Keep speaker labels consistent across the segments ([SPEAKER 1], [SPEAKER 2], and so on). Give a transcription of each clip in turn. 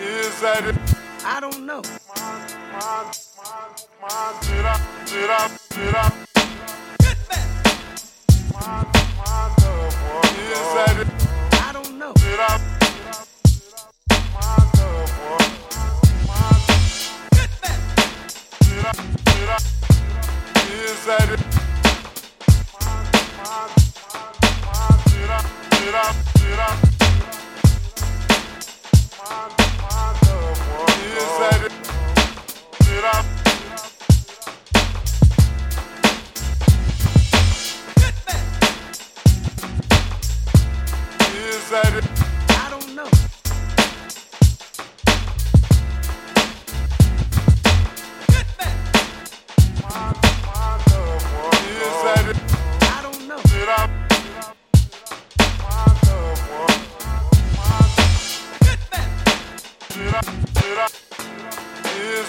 [SPEAKER 1] Is that it?
[SPEAKER 2] I don't know. I don't know. I don't know. I don't know.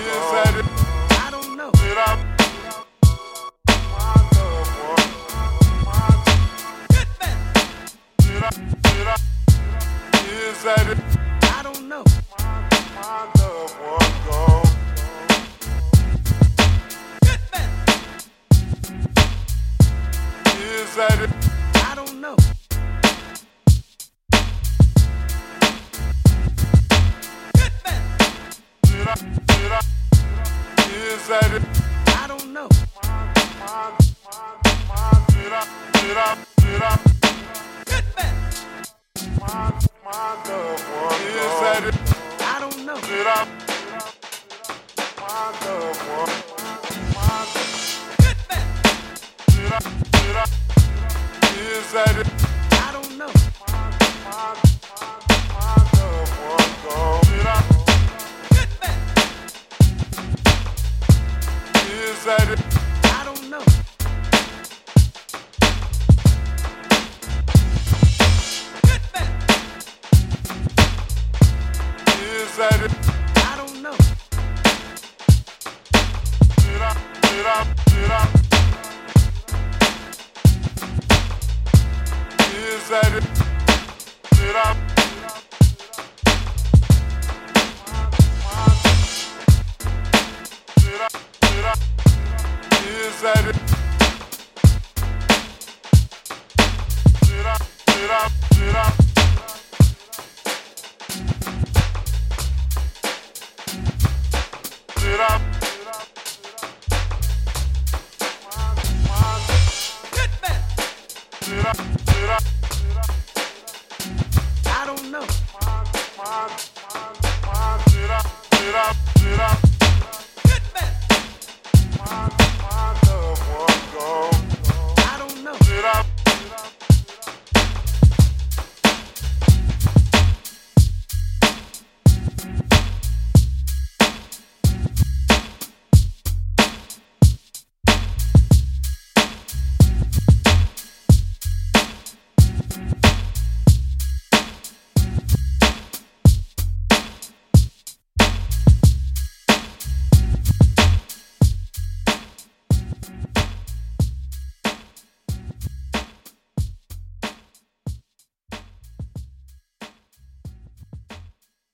[SPEAKER 2] I don't know.
[SPEAKER 1] Is that it?